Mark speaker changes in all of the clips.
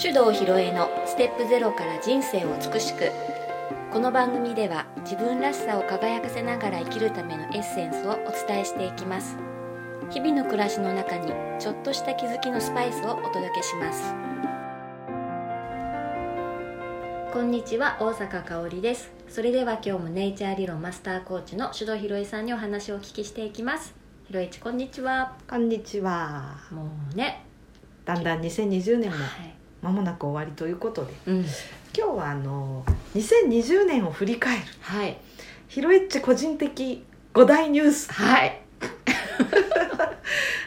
Speaker 1: 手動ひろえのステップゼロから人生を美しくこの番組では自分らしさを輝かせながら生きるためのエッセンスをお伝えしていきます日々の暮らしの中にちょっとした気づきのスパイスをお届けしますこんにちは大阪香織ですそれでは今日もネイチャー理論マスターコーチの手動ひろえさんにお話をお聞きしていきますひろえちこんにちは
Speaker 2: こんにちは。
Speaker 1: もうね
Speaker 2: だんだん2020年も
Speaker 1: はい
Speaker 2: 間もなく終わりということで、
Speaker 1: うん
Speaker 2: 今日はあの2020年を振り返る
Speaker 1: はい
Speaker 2: ヒロエッチ個人的5大ニュース。
Speaker 1: はい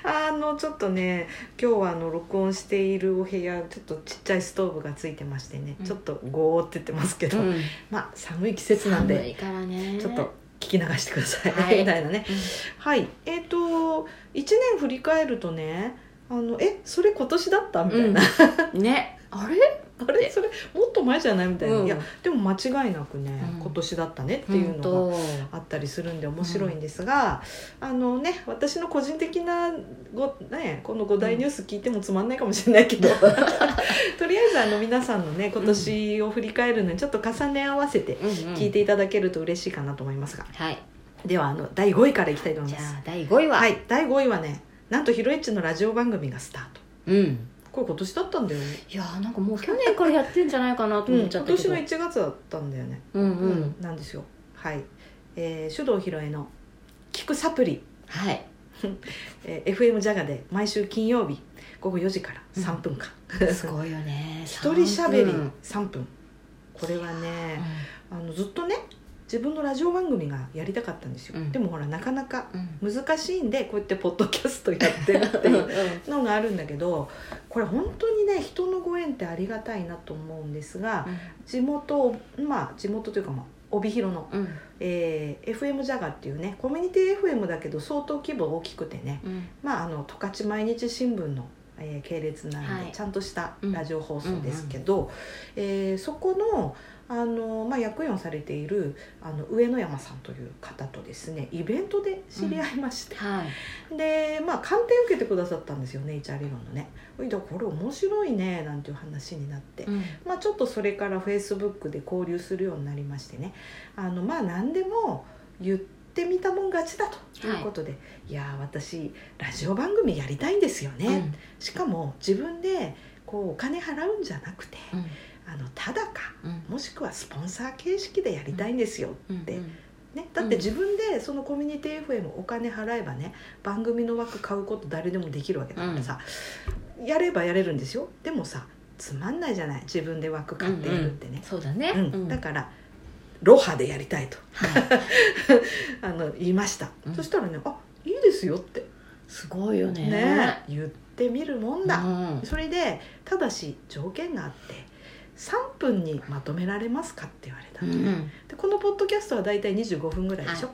Speaker 2: あのちょっとね、今日はあの録音しているお部屋ちょっとちっちゃいストーブがついてましてね、
Speaker 1: うん
Speaker 2: ちょっとゴーって言ってますけど、
Speaker 1: ん
Speaker 2: まあ寒い季節な
Speaker 1: 寒
Speaker 2: んで
Speaker 1: いからね
Speaker 2: ちょっと聞き流してください、
Speaker 1: はい
Speaker 2: みたいなね。 はい、えっ、と1年振り返るとね、あのえそれ今年だったみたいな。
Speaker 1: うんねあれ
Speaker 2: あれそれもっと前じゃないみたいな、
Speaker 1: うん
Speaker 2: いやでも間違いなくね、
Speaker 1: うん
Speaker 2: 今年だったねって
Speaker 1: ほ
Speaker 2: いうんのが
Speaker 1: と
Speaker 2: あったりするんで面白いんですが、あのね私の個人的なご、ね、この5大ニュース聞いてもつまんないかもしれないけど、 とりあえずあの皆さんのね今年を振り返るのにちょっと重ね合わせて聞いていただけると嬉しいかなと思いますが、
Speaker 1: はい
Speaker 2: ではあの第5位からいきたいと思い
Speaker 1: じ
Speaker 2: ま
Speaker 1: ゃ
Speaker 2: す
Speaker 1: あ。第5位は、
Speaker 2: はい、第5位はねなんとヒロエッチのラジオ番組がスタート
Speaker 1: うん
Speaker 2: これ今年だったんだよね、
Speaker 1: いやーなんかもう去年からやってんじゃないかなと
Speaker 2: うん、
Speaker 1: 思っ
Speaker 2: 今
Speaker 1: ちゃったけ
Speaker 2: 年
Speaker 1: ど、
Speaker 2: の
Speaker 1: うん、
Speaker 2: 1月だったんだよね
Speaker 1: うんうん
Speaker 2: なんですよ。はい。えー、手動ひろえの聞くサプリ、
Speaker 1: はい
Speaker 2: えー FM ジャガで毎週金曜日午後4時から3分間。
Speaker 1: すごいよ ね
Speaker 2: 一人しゃべり
Speaker 1: うん
Speaker 2: 3分。これはね、あのずっとね、自分のラジオ番組がやりたかったんですよ。
Speaker 1: うん
Speaker 2: でもほらなかなか
Speaker 1: うん
Speaker 2: 難しいんでこうやってポッドキャストやってるって
Speaker 1: う
Speaker 2: い
Speaker 1: ん
Speaker 2: う。のがあるんだけどこれ本当にね人のご縁ってありがたいなと思うんですが地元まあ地元というかまあ帯広の
Speaker 1: うん
Speaker 2: えー FM ジャガっていうねコミュニティ FM だけど相当規模大きくてね、
Speaker 1: うん
Speaker 2: まあ、あの十勝毎日新聞の、えー系列なので、
Speaker 1: はい
Speaker 2: ちゃんとしたラジオ放送ですけど、えーそこのあの、まあ、役員をされているあの上野山さんという方とですねイベントで知り合いまして、
Speaker 1: はい
Speaker 2: で、まあ、鑑定受けてくださったんですよねイチャリロンのね。ほいでこれ面白いねなんていう話になって。
Speaker 1: うん
Speaker 2: まあ、ちょっとそれからフェイスブックで交流するようになりましてねあのまあ何でも言ってみたもん勝ちだということで、い、やー私ラジオ番組やりたいんですよね、
Speaker 1: うん
Speaker 2: しかも自分でこうお金払うんじゃなくて、
Speaker 1: うん
Speaker 2: あのただか
Speaker 1: うん
Speaker 2: もしくはスポンサー形式でやりたいんですよ、
Speaker 1: うん
Speaker 2: で
Speaker 1: うん
Speaker 2: ね、だって自分でそのコミュニティ FM お金払えばね番組の枠買うこと誰でもできるわけだからさ、やればやれるんですよでもさつまんないじゃない自分で枠買ってやるってね、
Speaker 1: そうだね、
Speaker 2: うん
Speaker 1: うん
Speaker 2: だからロハでやりたいと
Speaker 1: はい
Speaker 2: あの言いました、
Speaker 1: うん
Speaker 2: そしたらね「あいいですよ」って
Speaker 1: すごいよね
Speaker 2: ね言ってみるもんだ、
Speaker 1: うん
Speaker 2: それでただし条件があって3分にまとめられますかって言われた
Speaker 1: う
Speaker 2: のね、
Speaker 1: ん
Speaker 2: でこのポッドキャストは大体25分ぐらいでしょ、
Speaker 1: は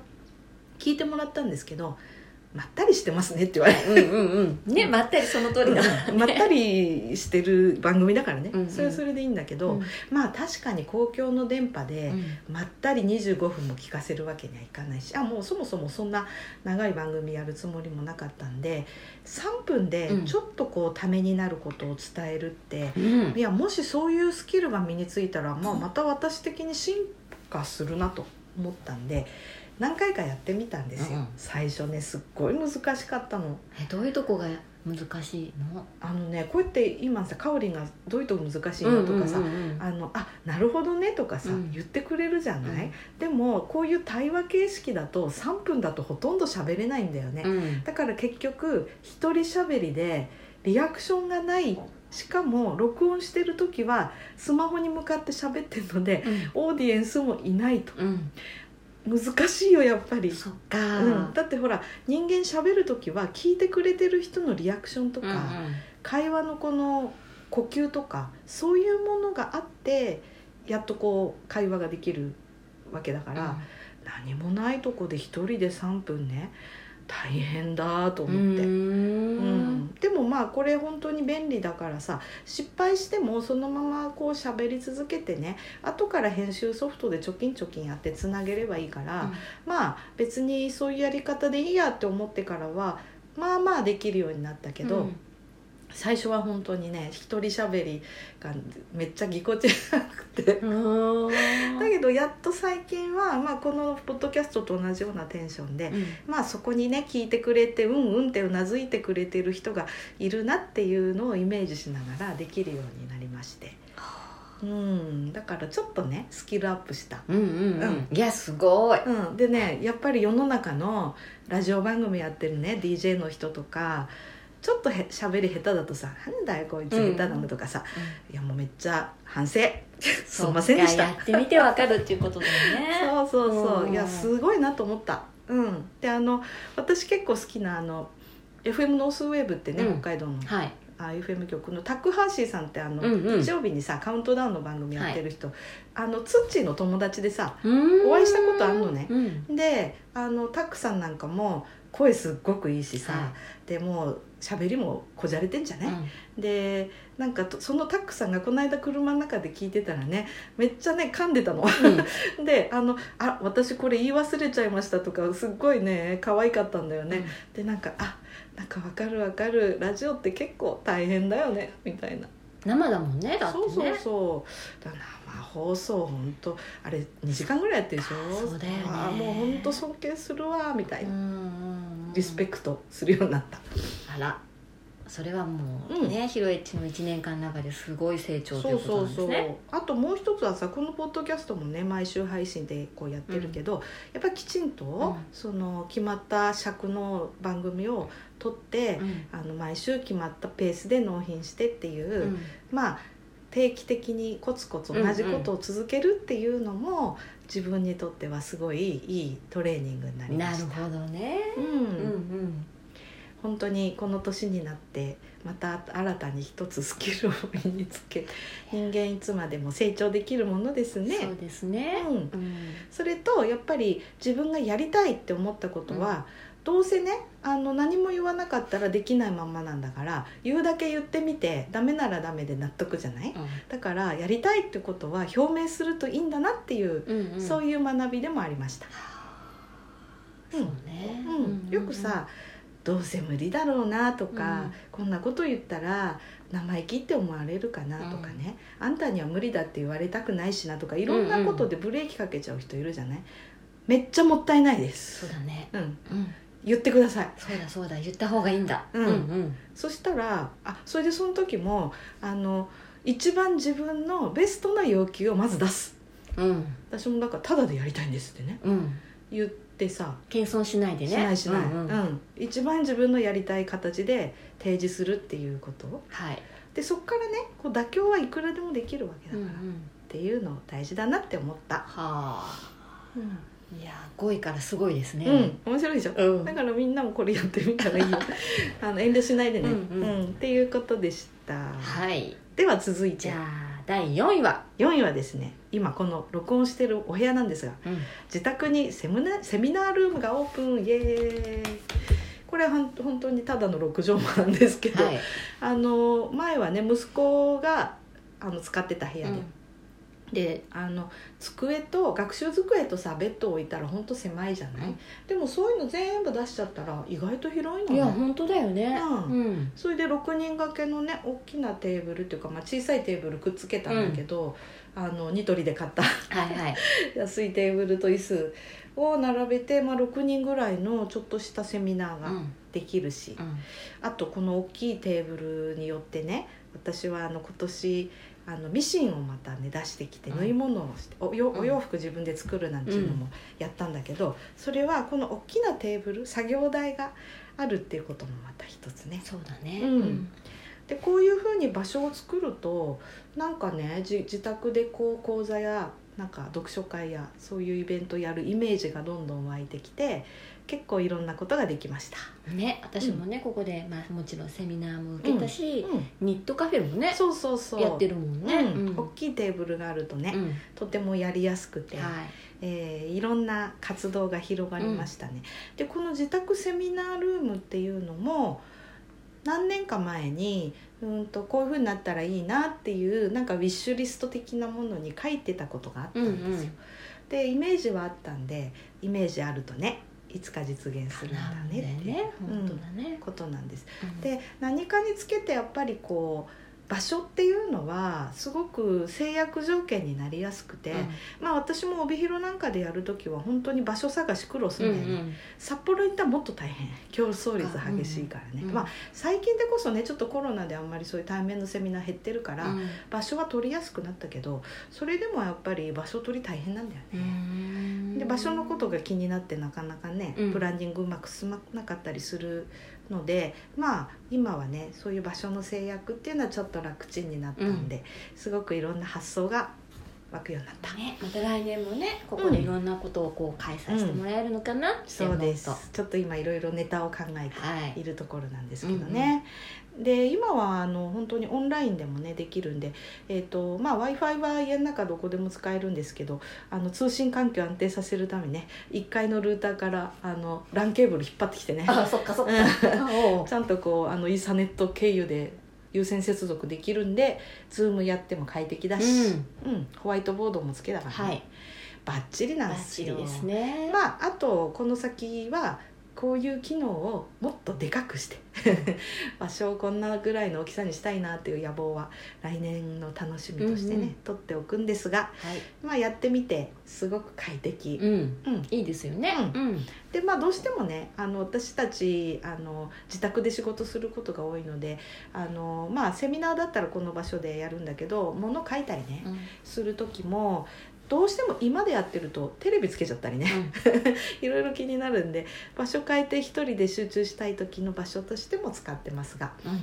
Speaker 2: 聞いてもらったんですけど「まったりしてますね」って言われて。
Speaker 1: うんうんうんねまったりその通りだ、
Speaker 2: まったりしてる番組だからね、
Speaker 1: うんうん
Speaker 2: それはそれでいいんだけど、
Speaker 1: うん
Speaker 2: まあ確かに公共の電波で、
Speaker 1: うん
Speaker 2: まったり25分も聞かせるわけにはいかないしあもうそもそもそんな長い番組やるつもりもなかったんで3分で
Speaker 1: うん
Speaker 2: ちょっとこうためになることを伝えるって、
Speaker 1: うん
Speaker 2: いやもしそういうスキルが身についたら、まあ、また私的に進化するなと思ったんで何回かやってみたんです
Speaker 1: う
Speaker 2: よ、
Speaker 1: んうん
Speaker 2: 最初ねすっごい難しかったの。
Speaker 1: えどういうとこが難しいの
Speaker 2: あのねこうやって今さかおりんがどういうとこ難しいのとかさ、
Speaker 1: うんうんうんうん
Speaker 2: あのあなるほどねとかさ、
Speaker 1: うん
Speaker 2: 言ってくれるじゃない、
Speaker 1: うん
Speaker 2: でもこういう対話形式だと3分だとほとんど喋れないんだよね、
Speaker 1: うん
Speaker 2: だから結局一人喋りでリアクションがないしかも録音してる時はスマホに向かって喋ってるのでオーディエンスもいないと
Speaker 1: うん、
Speaker 2: 難しいよやっぱり
Speaker 1: そっか、
Speaker 2: うん、だってほら人間喋る時は聞いてくれてる人のリアクションとか、会話のこの呼吸とかそういうものがあってやっとこう会話ができるわけだか、
Speaker 1: から
Speaker 2: 何もないとこで一人で3分ね大変だと思って。うん、でもまあこれ本当に便利だからさ失敗してもそのままこう喋り続けてね後から編集ソフトで貯金貯金やってつなげればいいから、まあ別にそういうやり方でいいやって思ってからはまあまあできるようになったけど、最初は本当にね一人喋りがめっちゃぎこちなくてだけどやっと最近は、まあ、このポッドキャストと同じようなテンションで、まあそこにね聞いてくれてうんうんってうなずいてくれてる人がいるなっていうのをイメージしながらできるようになりましてうんだからちょっとねスキルアップした。
Speaker 1: うんうんうんいやすごい
Speaker 2: うん、でねやっぱり世の中のラジオ番組やってるね DJ の人とかちょっとへ喋り下手だとさ「なんだよこいつ下手だな」とかさ、いやもうめっちゃ反省すんませんでし
Speaker 1: そ
Speaker 2: た
Speaker 1: っかやってみてわかるっていうことだよ ね
Speaker 2: そうそうそう、
Speaker 1: うん
Speaker 2: いやすごいなと思ったうんであの私結構好きなあの FM ノースウェーブってね、
Speaker 1: うん
Speaker 2: 北海道の
Speaker 1: はい
Speaker 2: あ FM 局のタック・ハーシーさんってあの、
Speaker 1: うんうん
Speaker 2: 日曜日にさカウントダウンの番組やってる人、あのツッチーの友達でさ
Speaker 1: お
Speaker 2: お会いしたことあんのね
Speaker 1: うん
Speaker 2: であのタックさんなんかも声すっごくいいしさ、
Speaker 1: は
Speaker 2: でもう喋りもこじゃれてんじゃね、
Speaker 1: うん
Speaker 2: でなんかとそのタックさんがこの間車の中で聞いてたらねめっちゃね噛んでたのであの「あ私これ言い忘れちゃいました」とかすっごいね可愛かったんだよね、でなんか「あなんかわかるわかるラジオって結構大変だよね」みたいな
Speaker 1: 生だもんねだって
Speaker 2: そ
Speaker 1: ね
Speaker 2: うそうそうだから生放送本当あれ2時間ぐらいやってるでしょ
Speaker 1: そうだよね
Speaker 2: あーもう本当尊敬するわみたいな、
Speaker 1: ん
Speaker 2: リスペ
Speaker 1: ク
Speaker 2: クトするようになった
Speaker 1: トあらそれはもうね、ヒロエッチの1年間の中ですごい成長と
Speaker 2: そ
Speaker 1: いう
Speaker 2: う
Speaker 1: こと
Speaker 2: そ
Speaker 1: な
Speaker 2: うん
Speaker 1: です
Speaker 2: そう
Speaker 1: ね
Speaker 2: あともう一つはさこのポッドキャストもね毎週配信でこうやってるけど、やっぱりきちんと、
Speaker 1: ん
Speaker 2: その決まった尺の番組を撮って、あの毎週決まったペースで納品してっていう、
Speaker 1: うん
Speaker 2: まあ定期的にコツコツ同じことを続けるっていうのも、自分にとってはすごいいいトレーニングになりま
Speaker 1: な
Speaker 2: し
Speaker 1: る
Speaker 2: た。
Speaker 1: ほどね、
Speaker 2: うん
Speaker 1: うんうん、
Speaker 2: 本当にこの年になってまた新たに一つスキルを身につけ人間いつまでも成長できるものですね。
Speaker 1: そうですね、
Speaker 2: うん、
Speaker 1: うん
Speaker 2: それとやっぱり自分がやりたいって思ったことは、どうせねあの何も言わなかったらできないまんまなんだから言うだけ言ってみてダメならダメで納得じゃないだからやりたいってことは表明するといいんだなっていう、
Speaker 1: うんうん、
Speaker 2: そう
Speaker 1: い
Speaker 2: いう学びでもありました。
Speaker 1: うそうね、
Speaker 2: うんよくさどうせ無理だろうなとか、
Speaker 1: うん
Speaker 2: こんなこと言ったら生意気って思われるかなとかね、あんたには無理だって言われたくないしなとかいろんなことでブレーキかけちゃう人いるじゃない、めっちゃもったいないで
Speaker 1: そ
Speaker 2: す
Speaker 1: うだね、
Speaker 2: うん、
Speaker 1: うん、
Speaker 2: 言ってください
Speaker 1: そうだそうだ言った方がいいんだ、
Speaker 2: うん
Speaker 1: うん
Speaker 2: そしたらあそれでその時もあの一番自分のベストな要求をまず出す
Speaker 1: うんうん
Speaker 2: 私もだからただでやりたいんですってね
Speaker 1: うん
Speaker 2: 言ってさ
Speaker 1: 謙遜しないでね
Speaker 2: しないしない、
Speaker 1: うんうん
Speaker 2: うん一番自分のやりたい形で提示するっていうこと
Speaker 1: はい、
Speaker 2: でそこからねこう妥協はいくらでもできるわけだ
Speaker 1: うん
Speaker 2: か
Speaker 1: う
Speaker 2: ら、っ
Speaker 1: ん、
Speaker 2: ていうの大事だなって思った、
Speaker 1: はあ
Speaker 2: うん
Speaker 1: いや5位からすごいですね
Speaker 2: 面白いでしょ、
Speaker 1: うん、
Speaker 2: だからみんなもこれやってみたらいいよあの遠慮しないでね、
Speaker 1: うんうん
Speaker 2: っていうことでした
Speaker 1: はい
Speaker 2: では続い
Speaker 1: じ
Speaker 2: て
Speaker 1: ゃあ第4位は、
Speaker 2: 4位はですね今この録音してるお部屋なんですが自宅にセミナセミナールームがオープンイエーイこれはほん本当にただの6畳間なんですけど、
Speaker 1: はい
Speaker 2: あの前はね息子があの使ってた部屋で、であの机と学習机とさベッドを置いたらほんと狭いじゃない、
Speaker 1: うん
Speaker 2: でもそういうの全部出しちゃったら意外と広い
Speaker 1: いや
Speaker 2: のね
Speaker 1: 本当だよね
Speaker 2: うん
Speaker 1: うん
Speaker 2: それで6人掛けのね大きなテーブルっていうか、まあ、小さいテーブルくっつけたんだけど、あのニトリで買った
Speaker 1: はいはい
Speaker 2: 安いテーブルと椅子を並べて、まあ、6人ぐらいのちょっとしたセミナー
Speaker 1: う
Speaker 2: が
Speaker 1: ん
Speaker 2: できるし、
Speaker 1: うん
Speaker 2: あとこの大きいテーブルによってね私はあの今年あのミシンをまたね出してきて
Speaker 1: うん
Speaker 2: 縫い物をしておよ
Speaker 1: うん
Speaker 2: お洋服自分で作るなんていうのもやったんだけど、それはこの大きなテーブル作業台があるっていうこともまた一つね。
Speaker 1: そうだね
Speaker 2: うんでこういうふうに場所を作るとなんかねじ自宅でこう講座やなんか読書会やそういうイベントやるイメージがどんどん湧いてきて結構いろんなことができました。
Speaker 1: ね私もねここでまあもちろんセミナーも受けたし
Speaker 2: うん
Speaker 1: ニットカフェもね
Speaker 2: そうそうそう
Speaker 1: やってるもんね
Speaker 2: うん
Speaker 1: うん
Speaker 2: 大きいテーブルがあるとね、
Speaker 1: うん
Speaker 2: とてもやりやすくて、
Speaker 1: はい
Speaker 2: えーいろんな活動が広がりましたね。でこの自宅セミナールームっていうのも何年か前にうんとこういうふうになったらいいなっていうなんかウィッシュリスト的なものに書いてたことがあったんですよ。
Speaker 1: うんうん
Speaker 2: でイメージはあったんでイメージあるとねいつか実現するんだ
Speaker 1: 叶うんだよ
Speaker 2: ねっていう
Speaker 1: ね本当だね、
Speaker 2: ことなんです。
Speaker 1: うん
Speaker 2: で何かにつけてやっぱりこう場所っていうのはすごく制約条件になりやすくて、まあ私も帯広なんかでやる時は本当に場所探し苦労す
Speaker 1: うん
Speaker 2: る
Speaker 1: うん
Speaker 2: だよね、
Speaker 1: ん
Speaker 2: 札幌行ったらもっと大変競争率激しいからね、
Speaker 1: うん
Speaker 2: まあ最近でこそねちょっとコロナであんまりそういう対面のセミナー減ってるから、
Speaker 1: うん
Speaker 2: 場所は取りやすくなったけどそれでもやっぱり場所取り大変なんだよ
Speaker 1: う
Speaker 2: ね、
Speaker 1: ん
Speaker 2: で場所のことが気になってなかなかね、
Speaker 1: うん
Speaker 2: プランニングうまく進まなかったりするのでまあ今はねそういう場所の制約っていうのはちょっと楽ちんになったんで、すごくいろんな発想が湧くようになった。
Speaker 1: ね、また来年もねここでいろんなことをこう開催してもらえるのかなって
Speaker 2: そ
Speaker 1: 思
Speaker 2: う
Speaker 1: うと、
Speaker 2: ですちょっと今いろいろネタを考えて
Speaker 1: はい
Speaker 2: いるところなんですけどね、で今はあの本当にオンラインでもねできるんで、えーとまあ、w i f i は家の中どこでも使えるんですけどあの通信環境安定させるためにね1階のルーターからあの LAN ケーブル引っ張ってきてね
Speaker 1: あそっかそっか おう
Speaker 2: ちゃんとこうあのイーサネット経由で優先接続できるんで Zoom やっても快適だし、うんホワイトボードもつけたから、ね
Speaker 1: はい
Speaker 2: バッチリなん
Speaker 1: バ
Speaker 2: で
Speaker 1: ッ
Speaker 2: す
Speaker 1: チ
Speaker 2: よ
Speaker 1: リですね、
Speaker 2: まあ、あとこの先はこういう機能をもっとでかくして 場所をこんなぐらいの大きさにしたいなっていう野望は来年の楽しみとしてね、
Speaker 1: うんうん
Speaker 2: 取っておくんですが、
Speaker 1: はい
Speaker 2: まあ、やってみてすごく快適。
Speaker 1: うん
Speaker 2: うん
Speaker 1: いいですよね
Speaker 2: う
Speaker 1: うん
Speaker 2: でまあ、どうしてもねあの私たちあの自宅で仕事することが多いのであの、まあ、セミナーだったらこの場所でやるんだけど物書いたりね
Speaker 1: うん
Speaker 2: する時もどうしても今でやってるとテレビつけちゃったりねいろいろ気になるんで場所変えて一人で集中したい時の場所としても使ってますが
Speaker 1: うんうん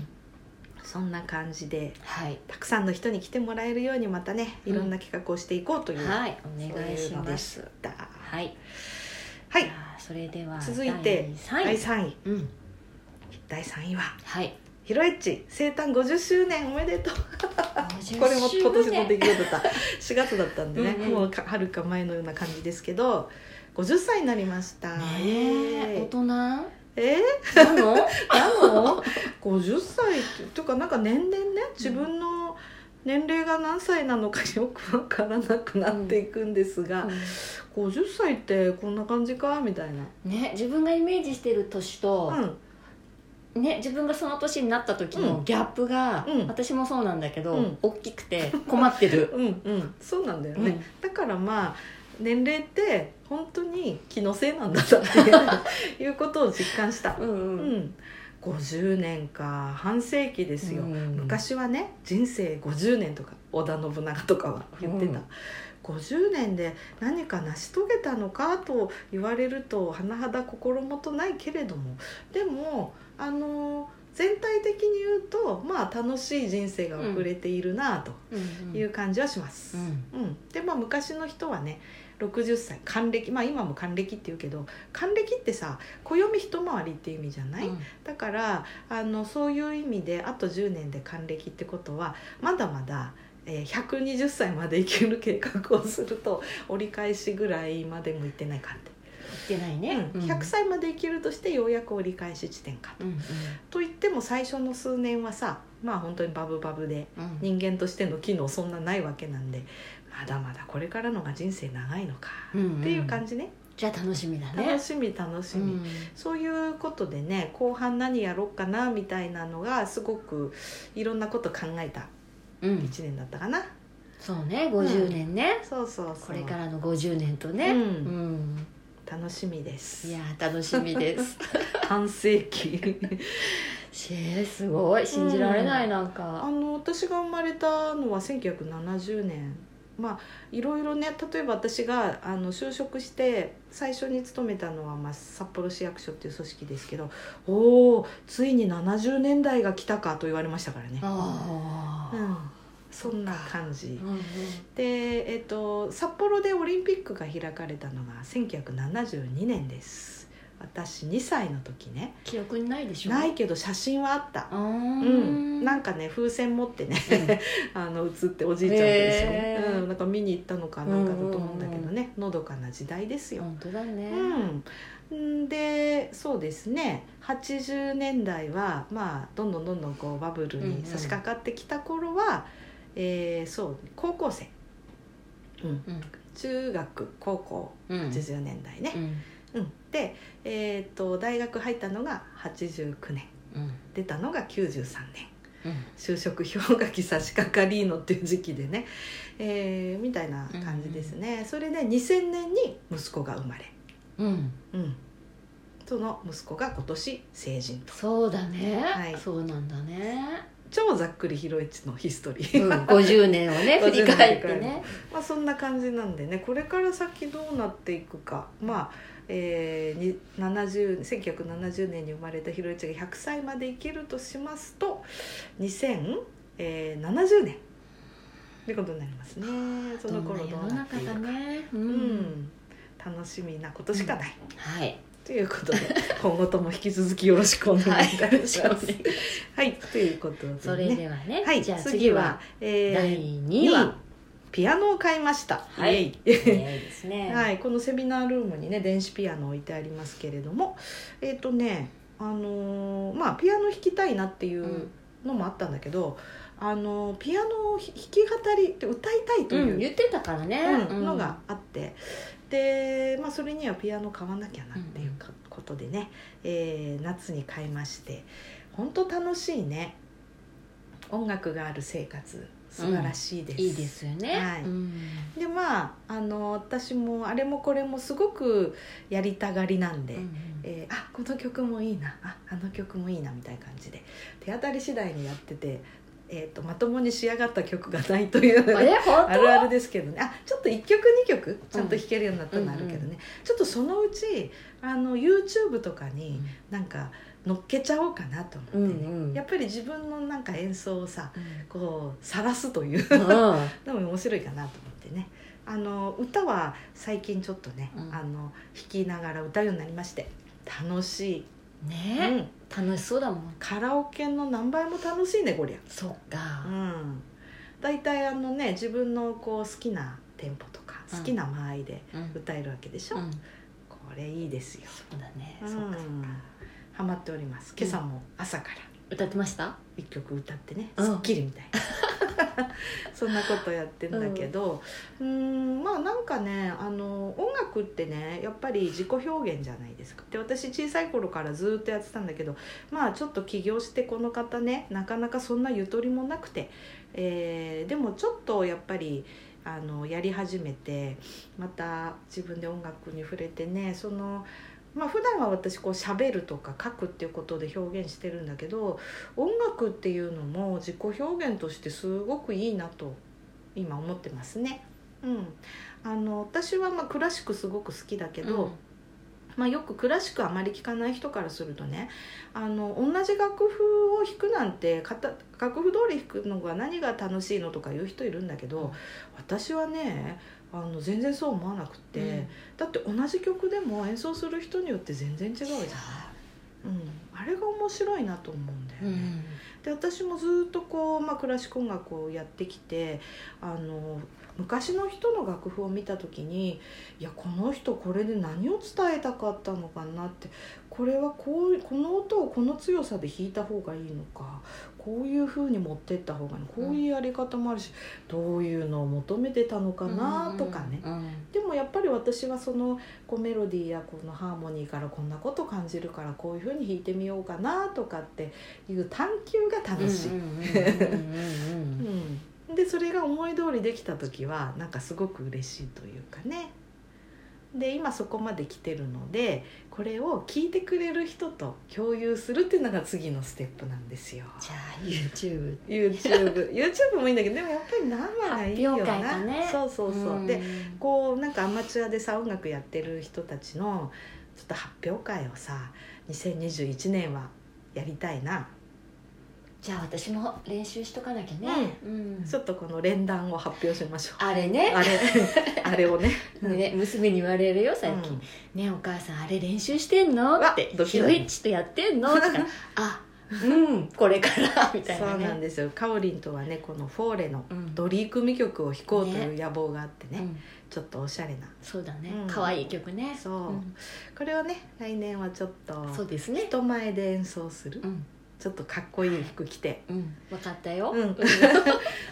Speaker 2: そんな感じで
Speaker 1: はい
Speaker 2: たくさんの人に来てもらえるようにまたねいろんな企画をしていこうという、
Speaker 1: はい
Speaker 2: そう
Speaker 1: お願いし
Speaker 2: うので
Speaker 1: ま
Speaker 2: し
Speaker 1: す
Speaker 2: た
Speaker 1: はい
Speaker 2: は
Speaker 1: じ
Speaker 2: い
Speaker 1: ゃあそれでは
Speaker 2: 続いて
Speaker 1: 第3
Speaker 2: 第
Speaker 1: 位
Speaker 2: 3位
Speaker 1: うん
Speaker 2: 第3位は
Speaker 1: はい
Speaker 2: ひろえっち生誕50周年おめでとう
Speaker 1: 50
Speaker 2: これも今年
Speaker 1: 周
Speaker 2: の
Speaker 1: 年
Speaker 2: 出来事だった4月だったんでね
Speaker 1: うんうん
Speaker 2: もうはるか前のような感じですけど50歳になりました、
Speaker 1: ねえ大人な
Speaker 2: えー、えー
Speaker 1: のなの
Speaker 2: 50歳ってとかなんか年々ね自分の年齢が何歳なのかよくわからなくなっていくんですが、50歳ってこんな感じかみたいな、
Speaker 1: ね自分がイメージしてる年と
Speaker 2: うん、
Speaker 1: ね、自分がその年になった時のギャップが、
Speaker 2: うん
Speaker 1: 私もそうなんだけど、
Speaker 2: うん
Speaker 1: 大きくて困ってる、
Speaker 2: うんうんそうなんだよ
Speaker 1: うん
Speaker 2: ね、だからまあ年齢って本当に気のせいなんだなってい ういうことを実感した、
Speaker 1: うん
Speaker 2: う
Speaker 1: うん
Speaker 2: ん、50年か半世紀ですよ、
Speaker 1: うん
Speaker 2: 昔はね人生50年とか織田信長とかは言ってた、
Speaker 1: うん
Speaker 2: 50年で何か成し遂げたのかと言われると甚だ心もとないけれどもでもあの全体的に言うとまあ楽しい人生が遅れているなと
Speaker 1: うん
Speaker 2: いう感じはします。
Speaker 1: う
Speaker 2: うん
Speaker 1: ん
Speaker 2: でまあ昔の人はね60歳還暦まあ今も還暦って言うけど還暦ってさ暦一回りって意味じゃない、
Speaker 1: うん
Speaker 2: だからあのそういう意味であと10年で還暦ってことはまだまだ、えー120歳まで生きる計画をすると折り返しぐらいまで向いてないかって、
Speaker 1: 言ってないね、
Speaker 2: うん、100歳まで生きるとしてようやく折り返し地点かと。
Speaker 1: うんうん
Speaker 2: と言っても最初の数年はさまあ本当にバブバブで
Speaker 1: うん
Speaker 2: 人間としての機能そんなないわけなんでまだまだこれからのが人生長いのか
Speaker 1: うんうん
Speaker 2: っていう感じね、
Speaker 1: じゃあ楽しみだね
Speaker 2: 楽しみ楽しみ。
Speaker 1: うん
Speaker 2: そういうことでね後半何やろうかなみたいなのがすごくいろんなこと考えた
Speaker 1: うん
Speaker 2: 1年だったかな、
Speaker 1: そうね50年ね、
Speaker 2: そうそうそう
Speaker 1: これからの50年と
Speaker 2: ね、う、
Speaker 1: ね、うんん
Speaker 2: 楽しみで
Speaker 1: い
Speaker 2: す
Speaker 1: やー楽しみです
Speaker 2: 半世 紀
Speaker 1: しえすごい信じられない、
Speaker 2: うん
Speaker 1: なん
Speaker 2: あ
Speaker 1: か
Speaker 2: の私が生まれたのは1970年まあいろいろね例えば私があの就職して最初に勤めたのは、まあ、札幌市役所っていう組織ですけどおおついに70年代が来たかと言われましたからね、
Speaker 1: あ
Speaker 2: う
Speaker 1: あ、
Speaker 2: ん、そんな感じ。
Speaker 1: うんうん
Speaker 2: で、えっと、札幌でオリンピックが開かれたのが1972年です私2歳の時ね
Speaker 1: 記憶にないでしょ
Speaker 2: ないけど写真はあった
Speaker 1: う
Speaker 2: うんん、なんかね風船持ってね あの写っておじいちゃんと一緒に、
Speaker 1: へー
Speaker 2: うん、なんか見に行ったのかなんかだと思うんだけどね、のどかな時代ですよ、
Speaker 1: 本当だね、
Speaker 2: うん、んでそうですね80年代はまあどんどんどんどんこうバブルに差し掛かってきた頃は、えーそう高校生、うん
Speaker 1: うん
Speaker 2: 中学高校
Speaker 1: うん
Speaker 2: 80年代ね、
Speaker 1: うん
Speaker 2: うん、で、えー、と大学入ったのが89年
Speaker 1: うん
Speaker 2: 出たのが93年
Speaker 1: うん
Speaker 2: 就職氷河期差し掛かりのっていう時期でね、えーみたいな感じですね、それで2000年に息子が生まれ、
Speaker 1: うん、
Speaker 2: うん、その息子が今年成人と
Speaker 1: そうだね、
Speaker 2: はい
Speaker 1: そうなんだね、
Speaker 2: 超ざっくり広市のヒストリ
Speaker 1: う
Speaker 2: ー、
Speaker 1: ん、50年をね振り返って
Speaker 2: 50年
Speaker 1: ね
Speaker 2: まあそんな感じなんでねこれから先どうなっていくかまあ、えー、に70 1970年に生まれた広市が100歳まで生きるとしますと2070年ってことになりますねその頃どうなっていく
Speaker 1: ど
Speaker 2: か
Speaker 1: んな世の中だね、う
Speaker 2: うんん、楽しみなことしかない、
Speaker 1: はい
Speaker 2: ということで今後とも引き続きよろしくお願いいたします。
Speaker 1: はい
Speaker 2: はい、ということでね
Speaker 1: それではね、
Speaker 2: はい、
Speaker 1: じゃあ
Speaker 2: 次
Speaker 1: 次
Speaker 2: は
Speaker 1: は、
Speaker 2: えー
Speaker 1: 第2
Speaker 2: 2
Speaker 1: 話
Speaker 2: ピアノを買いました。
Speaker 1: はい
Speaker 2: イエイ
Speaker 1: ねですね、
Speaker 2: はい、このセミナールームにね電子ピアノ置いてありますけれどもえっ、とねあのーまあピアノ弾きたいなっていううんのもあったんだけど、あのーピアノを弾き語りって歌いたいと
Speaker 1: う
Speaker 2: い
Speaker 1: ん、
Speaker 2: う、
Speaker 1: 言ってたからね、
Speaker 2: うんのがあってで、まあ、それにはピアノ買わなきゃなっていうかことでね、えー夏に買いまして本当楽しいね音楽がある生活素晴らしいです。
Speaker 1: いいですよね、
Speaker 2: はい
Speaker 1: うん
Speaker 2: でまああの私もあれもこれもすごくやりたがりなんで、
Speaker 1: うん
Speaker 2: えーあこの曲もいいなああの曲もいいなみたいな感じで手当たり次第にやってて、えー、とまともに仕上がった曲がないという
Speaker 1: あれ本当
Speaker 2: あるあるですけどねあちょっと1曲2曲ちゃんと弾けるようになったのあるけど
Speaker 1: う
Speaker 2: ね、
Speaker 1: ん
Speaker 2: ちょっとそのうちあの YouTube とかになんか乗っけちゃおうかなと思って、
Speaker 1: うん
Speaker 2: ね
Speaker 1: うん
Speaker 2: やっぱり自分のなんか演奏をさ
Speaker 1: う
Speaker 2: こう晒すという。
Speaker 1: んうん
Speaker 2: でも面白いかなと思ってねあの歌は最近ちょっとね、
Speaker 1: うん
Speaker 2: あの弾きながら歌うようになりまして楽しい、う
Speaker 1: ね、
Speaker 2: ん、
Speaker 1: 楽しそうだもん
Speaker 2: カラオケの何倍も楽しいねこりゃ
Speaker 1: そっか
Speaker 2: うん大体あのね自分のこう好きなテンポとか
Speaker 1: うん
Speaker 2: 好きな間合いで
Speaker 1: うん、
Speaker 2: 歌えるわけでしょ、
Speaker 1: うん、
Speaker 2: これいいですよ、
Speaker 1: そうだね、
Speaker 2: うん
Speaker 1: そっかそっか
Speaker 2: ハマっております今朝も朝から
Speaker 1: 歌ってました
Speaker 2: 一曲歌ってね
Speaker 1: うん
Speaker 2: すっきりみたい な、そんなことやってんだけどうーんまあなんかねあの音楽ってねやっぱり自己表現じゃないですかで私小さい頃からずっとやってたんだけどまあちょっと起業してこの方ねなかなかそんなゆとりもなくて、えーでもちょっとやっぱりあのやり始めてまた自分で音楽に触れてねそのまあ普段は私こう喋るとか書くっていうことで表現してるんだけど音楽っていうのも自己表現としてすごくいいなと今思ってますね。うん、あの私はまあクラシックすごく好きだけど、まあ、よくクラシックあまり聴かない人からするとねあの同じ楽譜を弾くなんてかた楽譜通り弾くのが何が楽しいのとか言う人いるんだけど、
Speaker 1: うん
Speaker 2: 私はねあの全然そう思わなくて、
Speaker 1: うん
Speaker 2: だって同じ曲でも演奏する人によって全然違うじゃない、うん、あれが面白いなと思うんだよ
Speaker 1: う
Speaker 2: ね。
Speaker 1: ん、
Speaker 2: で私もずっとこう、まあ、クラシック音楽をやってきてあの昔の人の楽譜を見た時にいやこの人これで何を伝えたかったのかなってこれはこうこの音をこの強さで弾いた方がいいのかこういう風に持ってった方がいいのかこういうやり方もあるし、どういうのを求めてたのかなとかね。
Speaker 1: うん
Speaker 2: でもやっぱり私はそのこうメロディーやこのハーモニーからこんなこと感じるからこういう風に弾いてみようかなとかっていう探求が楽しい。
Speaker 1: うんうんうんうんうん
Speaker 2: うんでそれが思い通りできた時はなんかすごく嬉しいというかね。で今そこまで来てるのでこれを聞いてくれる人と共有するっていうのが次のステップなんですよ。
Speaker 1: じゃあ YouTube
Speaker 2: YouTube YouTube もいいんだけどでもやっぱり生がいいよな。
Speaker 1: 発表会とね
Speaker 2: そうそうそう。
Speaker 1: ん
Speaker 2: でこうなんかアマチュアでさ音楽やってる人たちのちょっと発表会をさ2021年はやりたいな、
Speaker 1: じゃあ私も練習しとかなきゃね、うん
Speaker 2: ちょっとこの連弾を発表しましょう
Speaker 1: あれね
Speaker 2: あれあれをね
Speaker 1: ね娘に言われるよ最近、
Speaker 2: うん
Speaker 1: ねお母さんあれ練習してんの?」
Speaker 2: うわ
Speaker 1: って「
Speaker 2: ド
Speaker 1: ひ
Speaker 2: キ
Speaker 1: ろ
Speaker 2: ドキ
Speaker 1: いちとやってんの?」とか 「あうんこれから」 みたい
Speaker 2: そ
Speaker 1: な
Speaker 2: う
Speaker 1: ね
Speaker 2: なんですよかおりんとはねこのフォーレの
Speaker 1: うん
Speaker 2: ドリー組曲を弾こうという野望があってね
Speaker 1: うん
Speaker 2: ちょっとおしゃれな
Speaker 1: そうだね
Speaker 2: うん
Speaker 1: 可愛、い曲ね
Speaker 2: そう、
Speaker 1: うん
Speaker 2: これをね来年はちょっと
Speaker 1: そうですね
Speaker 2: 人前で演奏する
Speaker 1: うん
Speaker 2: ちょっとかっこいい服着て、
Speaker 1: うん、分かったよ、
Speaker 2: うん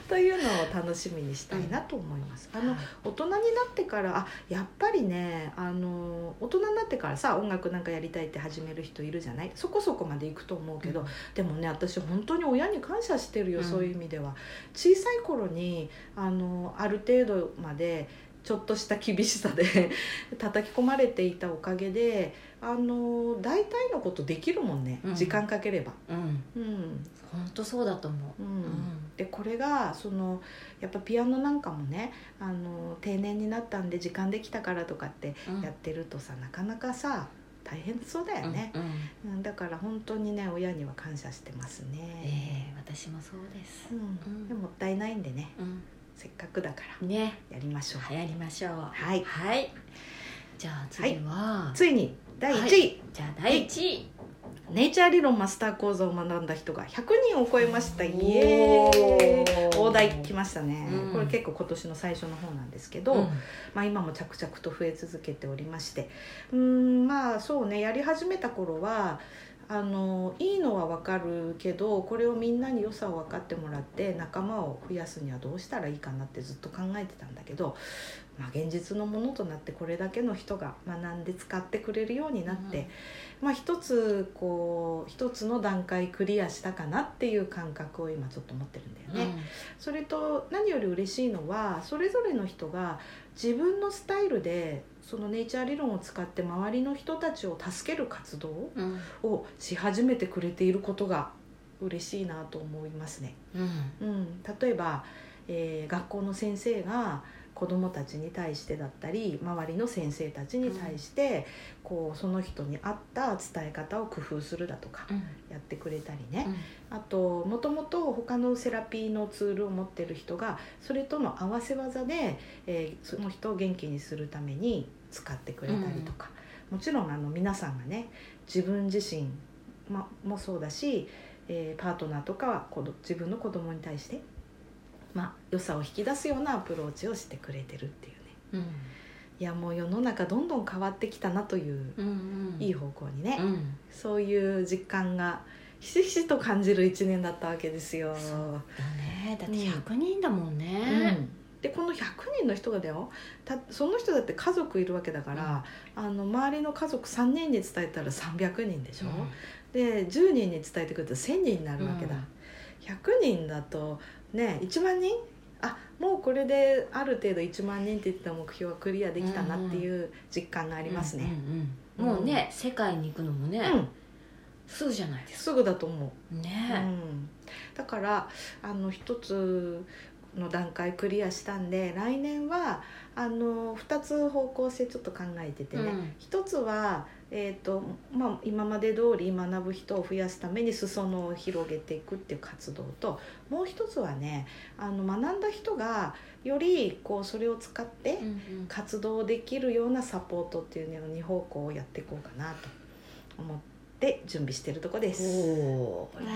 Speaker 2: というのを楽しみにしたいなと思います。あの大人になってからあやっぱりねあの大人になってからさ音楽なんかやりたいって始める人いるじゃないそこそこまでいくと思うけ
Speaker 1: う
Speaker 2: ど、
Speaker 1: ん
Speaker 2: でもね私本当に親に感謝してるよ、
Speaker 1: うん
Speaker 2: そういう意味では小さい頃にあのある程度までちょっとした厳しさで 叩き込まれていたおかげであの大体のことできるもんね、
Speaker 1: うん
Speaker 2: 時間かければ。
Speaker 1: うん、
Speaker 2: うん
Speaker 1: 本当そうだと思
Speaker 2: う
Speaker 1: う、うんん
Speaker 2: でこれがそのやっぱピアノなんかもねあの定年になったんで時間できたからとかって
Speaker 1: うん
Speaker 2: やってるとさ、なかなかさ大変そうだよね、
Speaker 1: うんうん
Speaker 2: うんだから本当にね親には感謝してますね、
Speaker 1: ええ私もそうです、
Speaker 2: うん
Speaker 1: うん
Speaker 2: でももったいないんでね
Speaker 1: う
Speaker 2: せっかくだか
Speaker 1: ん、ね
Speaker 2: らやりましょう
Speaker 1: 流行りましょう
Speaker 2: はい
Speaker 1: はいじゃあ次は、
Speaker 2: ついに第1位、
Speaker 1: じゃあ第1位
Speaker 2: ネイチャー理論マスター講座を学んだ人が100人を超えましたイエ
Speaker 1: お
Speaker 2: ーイ
Speaker 1: ー
Speaker 2: 大台来ましたね、
Speaker 1: うん
Speaker 2: これ結構今年の最初の方なんですけど、まあ、今も着々と増え続けておりましてうーんまあそうねやり始めた頃はあのいいのは分かるけどこれをみんなに良さを分かってもらって仲間を増やすにはどうしたらいいかなってずっと考えてたんだけど、まあ、現実のものとなってこれだけの人が学んで使ってくれるようになって、まあ、一つこう一つの段階クリアしたかなっていう感覚を今ちょっと持ってるんだよね。
Speaker 1: ね、
Speaker 2: それと何より嬉しいのはそれぞれの人が自分のスタイルでそのネイチャー理論を使って周りの人たちを助ける活動
Speaker 1: うんうん
Speaker 2: をし始めてくれていることが嬉しいなと思いますね。
Speaker 1: うん
Speaker 2: うん、例えば、えー学校の先生が子どもたちに対してだったり周りの先生たちに対して、こうその人に合った伝え方を工夫するだとか
Speaker 1: うん
Speaker 2: やってくれたりね、
Speaker 1: うん
Speaker 2: あともともと他のセラピーのツールを持ってる人がそれとの合わせ技で、えーその人を元気にするために使ってくれたりとか、もちろんあの皆さんがね自分自身、ま、もそうだし、えーパートナーとかは子ど自分の子供に対して、まあ、良さを引き出すようなアプローチをしてくれてるっていう
Speaker 1: う
Speaker 2: ね
Speaker 1: ん
Speaker 2: いやもう世の中どんどん変わってきたなという、
Speaker 1: うんうん
Speaker 2: いい方向にね。
Speaker 1: うん
Speaker 2: そういう実感がひしひしと感じる一年だったわけですよ。
Speaker 1: そうだねだって
Speaker 2: うん
Speaker 1: 100人だもん
Speaker 2: う
Speaker 1: ね、
Speaker 2: んでこの100人の人がだよたその人だって家族いるわけだから、あの周りの家族3人に伝えたら300人でしょ、で10人に伝えてくると1,000人になるわけだ、
Speaker 1: うん
Speaker 2: 100人だとね1万人あもうこれである程度1万人って言ってた目標はクリアできたなっていう実感があ
Speaker 1: あ
Speaker 2: りますね。
Speaker 1: うんうんもうね、世界に行くのもね、
Speaker 2: うん、
Speaker 1: すぐじゃないです
Speaker 2: すぐだと思う
Speaker 1: か
Speaker 2: う
Speaker 1: ね、
Speaker 2: ん、だからあの一つの段階クリアしたんで来年はあの2つ方向性ちょっと考えててね、
Speaker 1: うん
Speaker 2: 一つは、えーとまあ、今まで通り学ぶ人を増やすために裾野を広げていくっていう活動ともう一つはねあの学んだ人がよりこうそれを使って
Speaker 1: うんうん
Speaker 2: 活動できるようなサポートっていうのを2方向をやっていこうかなと思って準備してるとこです。
Speaker 1: おー
Speaker 2: うん
Speaker 1: 来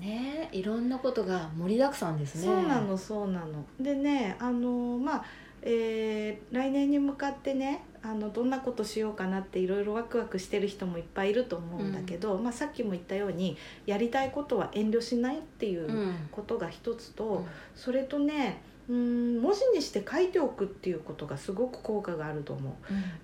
Speaker 1: 年ねいろんなことが盛りだくさんですね
Speaker 2: そうなのそうなのでねあのまあえー来年に向かってねあのどんなことしようかなっていろいろワクワクしてる人もいっぱいいると思うんだけど、まあ、さっきも言ったようにやりたいことは遠慮しないっていううんことが一つと、
Speaker 1: うん
Speaker 2: それとねうん文字にして書いておくっていうことがすごく効果があると思う。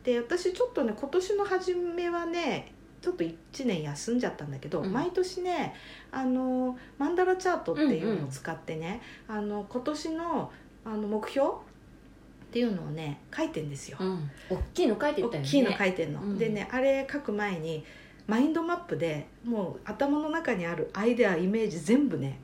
Speaker 2: で私ちょっとね今年の初めはねちょっと1年休んじゃったんだけど、
Speaker 1: うん
Speaker 2: 毎年ねあのマンダラチャートっていうのを使ってね、あの今年のあの目標っていうのをね書いてんですよ。
Speaker 1: うん大きいの書いて
Speaker 2: 大
Speaker 1: ったよね
Speaker 2: きいの書いてんの。
Speaker 1: うん
Speaker 2: でねあれ書く前にマインドマップでもう頭の中にあるアイデアイメージ全部ね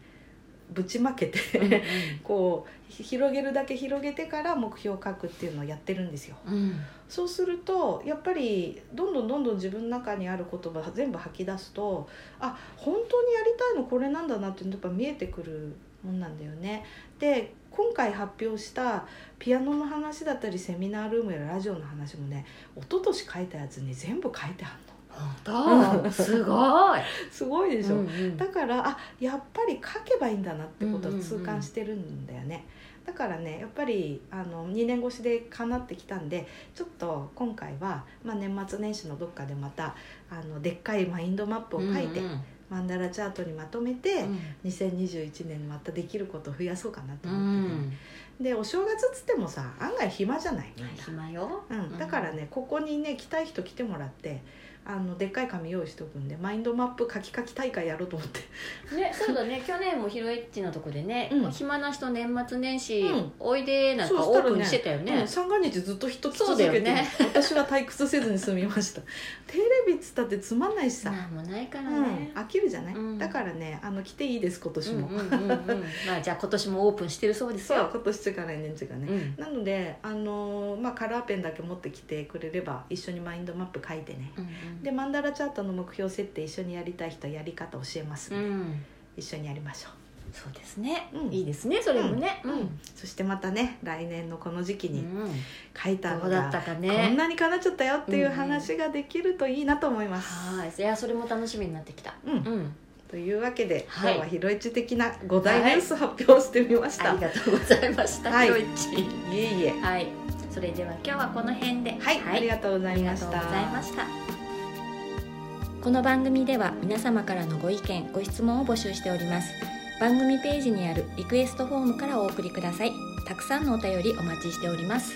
Speaker 2: ぶちまけて、 こうひ広げるだけ広げてから目標を書くっていうのをやってるんですよ。
Speaker 1: うんうん
Speaker 2: そうするとやっぱりどんどんどんどん自分の中にある言葉全部吐き出すとあ本当にやりたいのこれなんだなっていうのやっぱ見えてくるもんなんだよね。で今回発表したピアノの話だったりセミナールームやラジオの話もね一昨年書いたやつに全部書いてあ
Speaker 1: 本当すごい
Speaker 2: るのすごいでしょ、
Speaker 1: うんうん
Speaker 2: だからあやっぱり書けばいいんだなってことを痛感してるんだよね、だからねやっぱりあの2年越しでかなってきたんでちょっと今回は、まあ、年末年始のどっかでまたあのでっかいマインドマップを書いて、
Speaker 1: うんうん
Speaker 2: マンダラチャートにまとめて、
Speaker 1: う
Speaker 2: 2021年またできること増やそうかなと
Speaker 1: んう
Speaker 2: 思って、ね
Speaker 1: ん
Speaker 2: でお正月っつってもさ案外暇じゃないみんな
Speaker 1: 暇よ
Speaker 2: うん、だからねここにね来たい人来てもらってあのでっかい紙用意しておくんでマインドマップ書き書き大会やろうと思って
Speaker 1: ね、そうだね去年もヒロエッチのとこでね、
Speaker 2: うん
Speaker 1: 暇な人年末年始、
Speaker 2: うん
Speaker 1: おいでなんか
Speaker 2: そう
Speaker 1: オ
Speaker 2: したら
Speaker 1: ー
Speaker 2: ね
Speaker 1: プンしてたよ
Speaker 2: う
Speaker 1: ね
Speaker 2: ん、三が日ずっと人来続
Speaker 1: そうだ
Speaker 2: けて、
Speaker 1: よね
Speaker 2: 私は退屈せずに済み ましたテレビっつったってつまんないしさ、
Speaker 1: なんもないか
Speaker 2: う
Speaker 1: ら
Speaker 2: ん
Speaker 1: ね、
Speaker 2: 飽きるじゃない、
Speaker 1: うん
Speaker 2: だからねあの来ていいです今年
Speaker 1: うん、
Speaker 2: も、
Speaker 1: うんうんうんまあじゃあ今年もオープンしてるそうです
Speaker 2: そう
Speaker 1: よ
Speaker 2: 今年か来年中かね、
Speaker 1: うん
Speaker 2: なのであのーまあ、カラーペンだけ持ってきてくれれば一緒にマインドマップ書いてね、
Speaker 1: うんうん
Speaker 2: でマンダラチャートの目標設定一緒にやりたい人はやり方教えます、
Speaker 1: うん
Speaker 2: 一緒にやりましょう
Speaker 1: そうですね、
Speaker 2: うん
Speaker 1: いいですねそれもね
Speaker 2: うんそしてまたね来年のこの時期に
Speaker 1: うん
Speaker 2: 書いた
Speaker 1: ど
Speaker 2: の
Speaker 1: うだ
Speaker 2: が、
Speaker 1: ったか
Speaker 2: こん
Speaker 1: ね
Speaker 2: なに叶っちゃったよっていう話ができるといいなと思います。
Speaker 1: はいいやそれも楽しみになってきた
Speaker 2: うん
Speaker 1: うん
Speaker 2: というわけで、
Speaker 1: はい
Speaker 2: 今日はヒロイチ的な5大ニュース発表してみまし
Speaker 1: あ
Speaker 2: た。
Speaker 1: りがとうございました、
Speaker 2: はい
Speaker 1: ヒロエッチ
Speaker 2: いえいえ。
Speaker 1: はいそれでは今日はこの辺で
Speaker 2: はい、ありがとうござ
Speaker 1: あ
Speaker 2: い
Speaker 1: りが
Speaker 2: ま
Speaker 1: と
Speaker 2: し
Speaker 1: う
Speaker 2: た。
Speaker 1: ございましたこの番組では皆様からのご意見ご質問を募集しております番組ページにあるリクエストフォームからお送りくださいたくさんのお便りお待ちしております